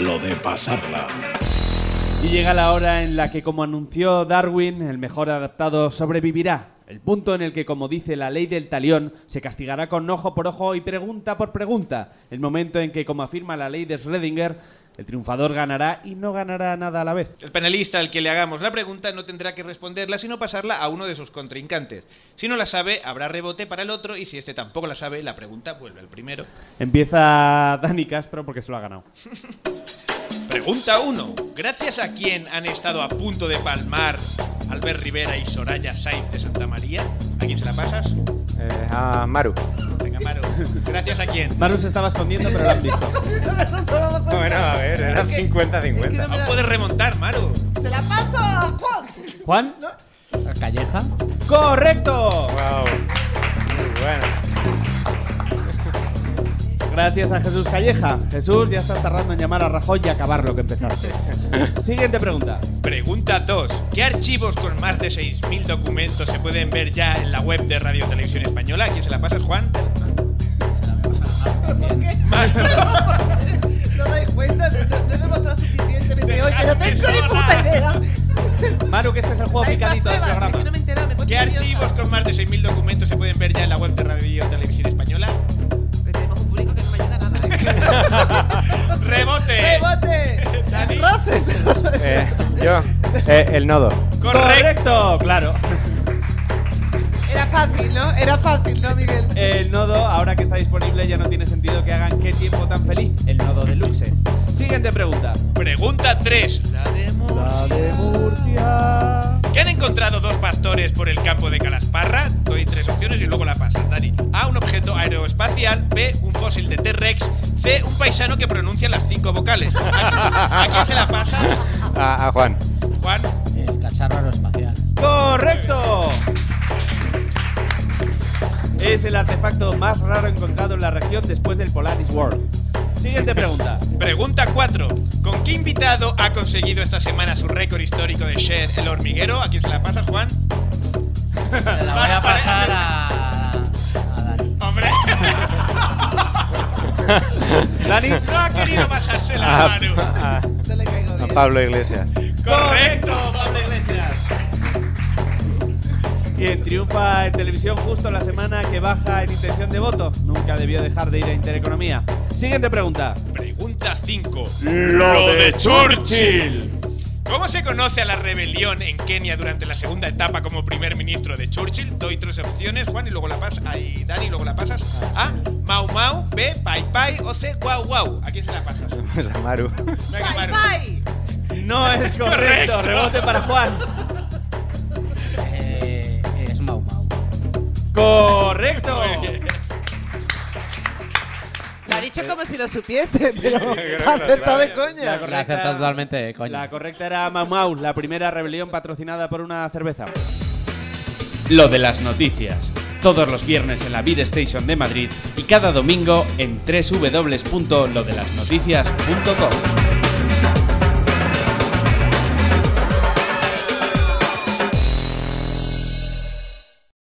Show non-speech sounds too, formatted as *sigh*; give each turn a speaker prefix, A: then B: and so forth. A: Lo de pasarla.
B: Y llega la hora en la que, como anunció Darwin, el mejor adaptado sobrevivirá. El punto en el que, como dice la ley del talión, se castigará con ojo por ojo y pregunta por pregunta. El momento en que, como afirma la ley de Schrödinger, el triunfador ganará y no ganará nada a la vez.
C: El panelista al que le hagamos la pregunta no tendrá que responderla, sino pasarla a uno de sus contrincantes. Si no la sabe, habrá rebote para el otro y si este tampoco la sabe, la pregunta vuelve al primero.
B: Empieza Dani Castro porque se lo ha ganado.
C: Pregunta 1. ¿Gracias a quién han estado a punto de palmar Albert Rivera y Soraya Sainz de Santa María? ¿A quién se la pasas?
D: Eh, a Maru.
C: Venga, Maru. ¿Gracias a quién?
B: Maru se estaba escondiendo, pero lo han visto.
D: Bueno, a ver, eran
C: Es que-
D: 50-50.
C: Aún puedes remontar, Maru.
E: Se la paso a Juan.
B: ¿Juan?
F: Calleja.
B: ¡Correcto!
D: Wow. Muy bueno.
B: Gracias a Jesús Calleja. Jesús, ya estás tardando en llamar a Rajoy y acabar lo que empezaste. Siguiente pregunta.
C: Pregunta 2. ¿Qué archivos con más de 6.000 documentos se pueden ver ya en la web de Radio Televisión Española? ¿A quién se la pasas, Juan?
E: No dais cuenta, no, no- no he demostrado suficientemente hoy, que no
C: Dejadme
E: tengo ni
C: sola.
E: puta idea.
B: Maru, que este es el juego
E: Dais más
B: picadito del
E: pruebas, que
B: programa.
E: no me he enterado, me he puesto
C: ¿Qué
E: nerviosa.
C: archivos con más de 6.000 documentos se pueden ver ya en la web de Radio Televisión Española?
E: Pero Tenemos un público que no me ayuda nada. ¿eh?
C: *laughs* ¡Rebote!
E: ¡Rebote!
C: Dani.
E: ¡Roces!
D: Eh, yo, eh, el nodo.
C: ¡Correcto!
B: claro.
E: Era fácil, ¿no? Era fácil, ¿no, Miguel?
B: El nodo, ahora que está disponible, ya no tiene sentido que hagan qué tiempo tan feliz. El nodo de Luxe. Siguiente pregunta.
C: Pregunta 3. ¿Qué han encontrado dos pastores por el campo de Calasparra? Doy tres opciones y luego la pasas, Dani. A, un objeto aeroespacial. B, un fósil de T-Rex. C, un paisano que pronuncia las cinco vocales. ¿A quién- a quién se la pasas,
D: A, a Juan.
C: Juan?
F: El cacharro aeroespacial.
B: ¡Correcto! Es el artefacto más raro encontrado en la región después del Polaris World. Siguiente pregunta.
C: Pregunta 4. ¿Con qué invitado ha conseguido esta semana su récord histórico de Shed el hormiguero? ¿A quién se la pasas, Juan?
F: Se la voy a pasar a. a Dani.
A: *laughs*
C: ¡Hombre!
B: Dani,
C: No ha querido pasársela,
A: Ah.
D: A,
C: Maru.
D: a-
E: No le caigo
D: a
E: bien.
D: Pablo Iglesias.
C: ¡Correcto!
B: Pablo Iglesias. Quien triunfa en televisión justo la semana que baja en intención de voto. Nunca debió dejar de ir a Intereconomía. Siguiente pregunta.
C: Pregunta 5.
A: Lo de Churchill.
C: ¿Cómo se conoce a la rebelión en Kenia durante la segunda etapa como primer ministro de Churchill? Doy tres opciones, Juan, y luego la pasas. Ahí, Dani, y luego la pasas. A. Mau Mau. B. Pai Pai. O C. Guau Guau. ¿A quién se la
A: *laughs*
C: pasas?
D: Pues a Maru.
C: Venga,
E: Bye,
C: Maru.
E: bye.
C: *laughs*
B: No es correcto.
C: Correcto.
B: Rebote para Juan.
F: Eh, es Mau Mau.
B: Correcto.
C: Muy bien.
E: Lo ha dicho como si lo supiese, pero
D: que
E: ha
D: lo
E: acertado de
D: sabe.
E: coña.
F: La he acertado totalmente de
B: La
F: coña.
B: correcta era Mau Mau, la primera rebelión patrocinada por una cerveza.
A: Lo de las noticias.
B: Todos los viernes en la Beer Station de Madrid y cada domingo en www.lodelasnoticias.com.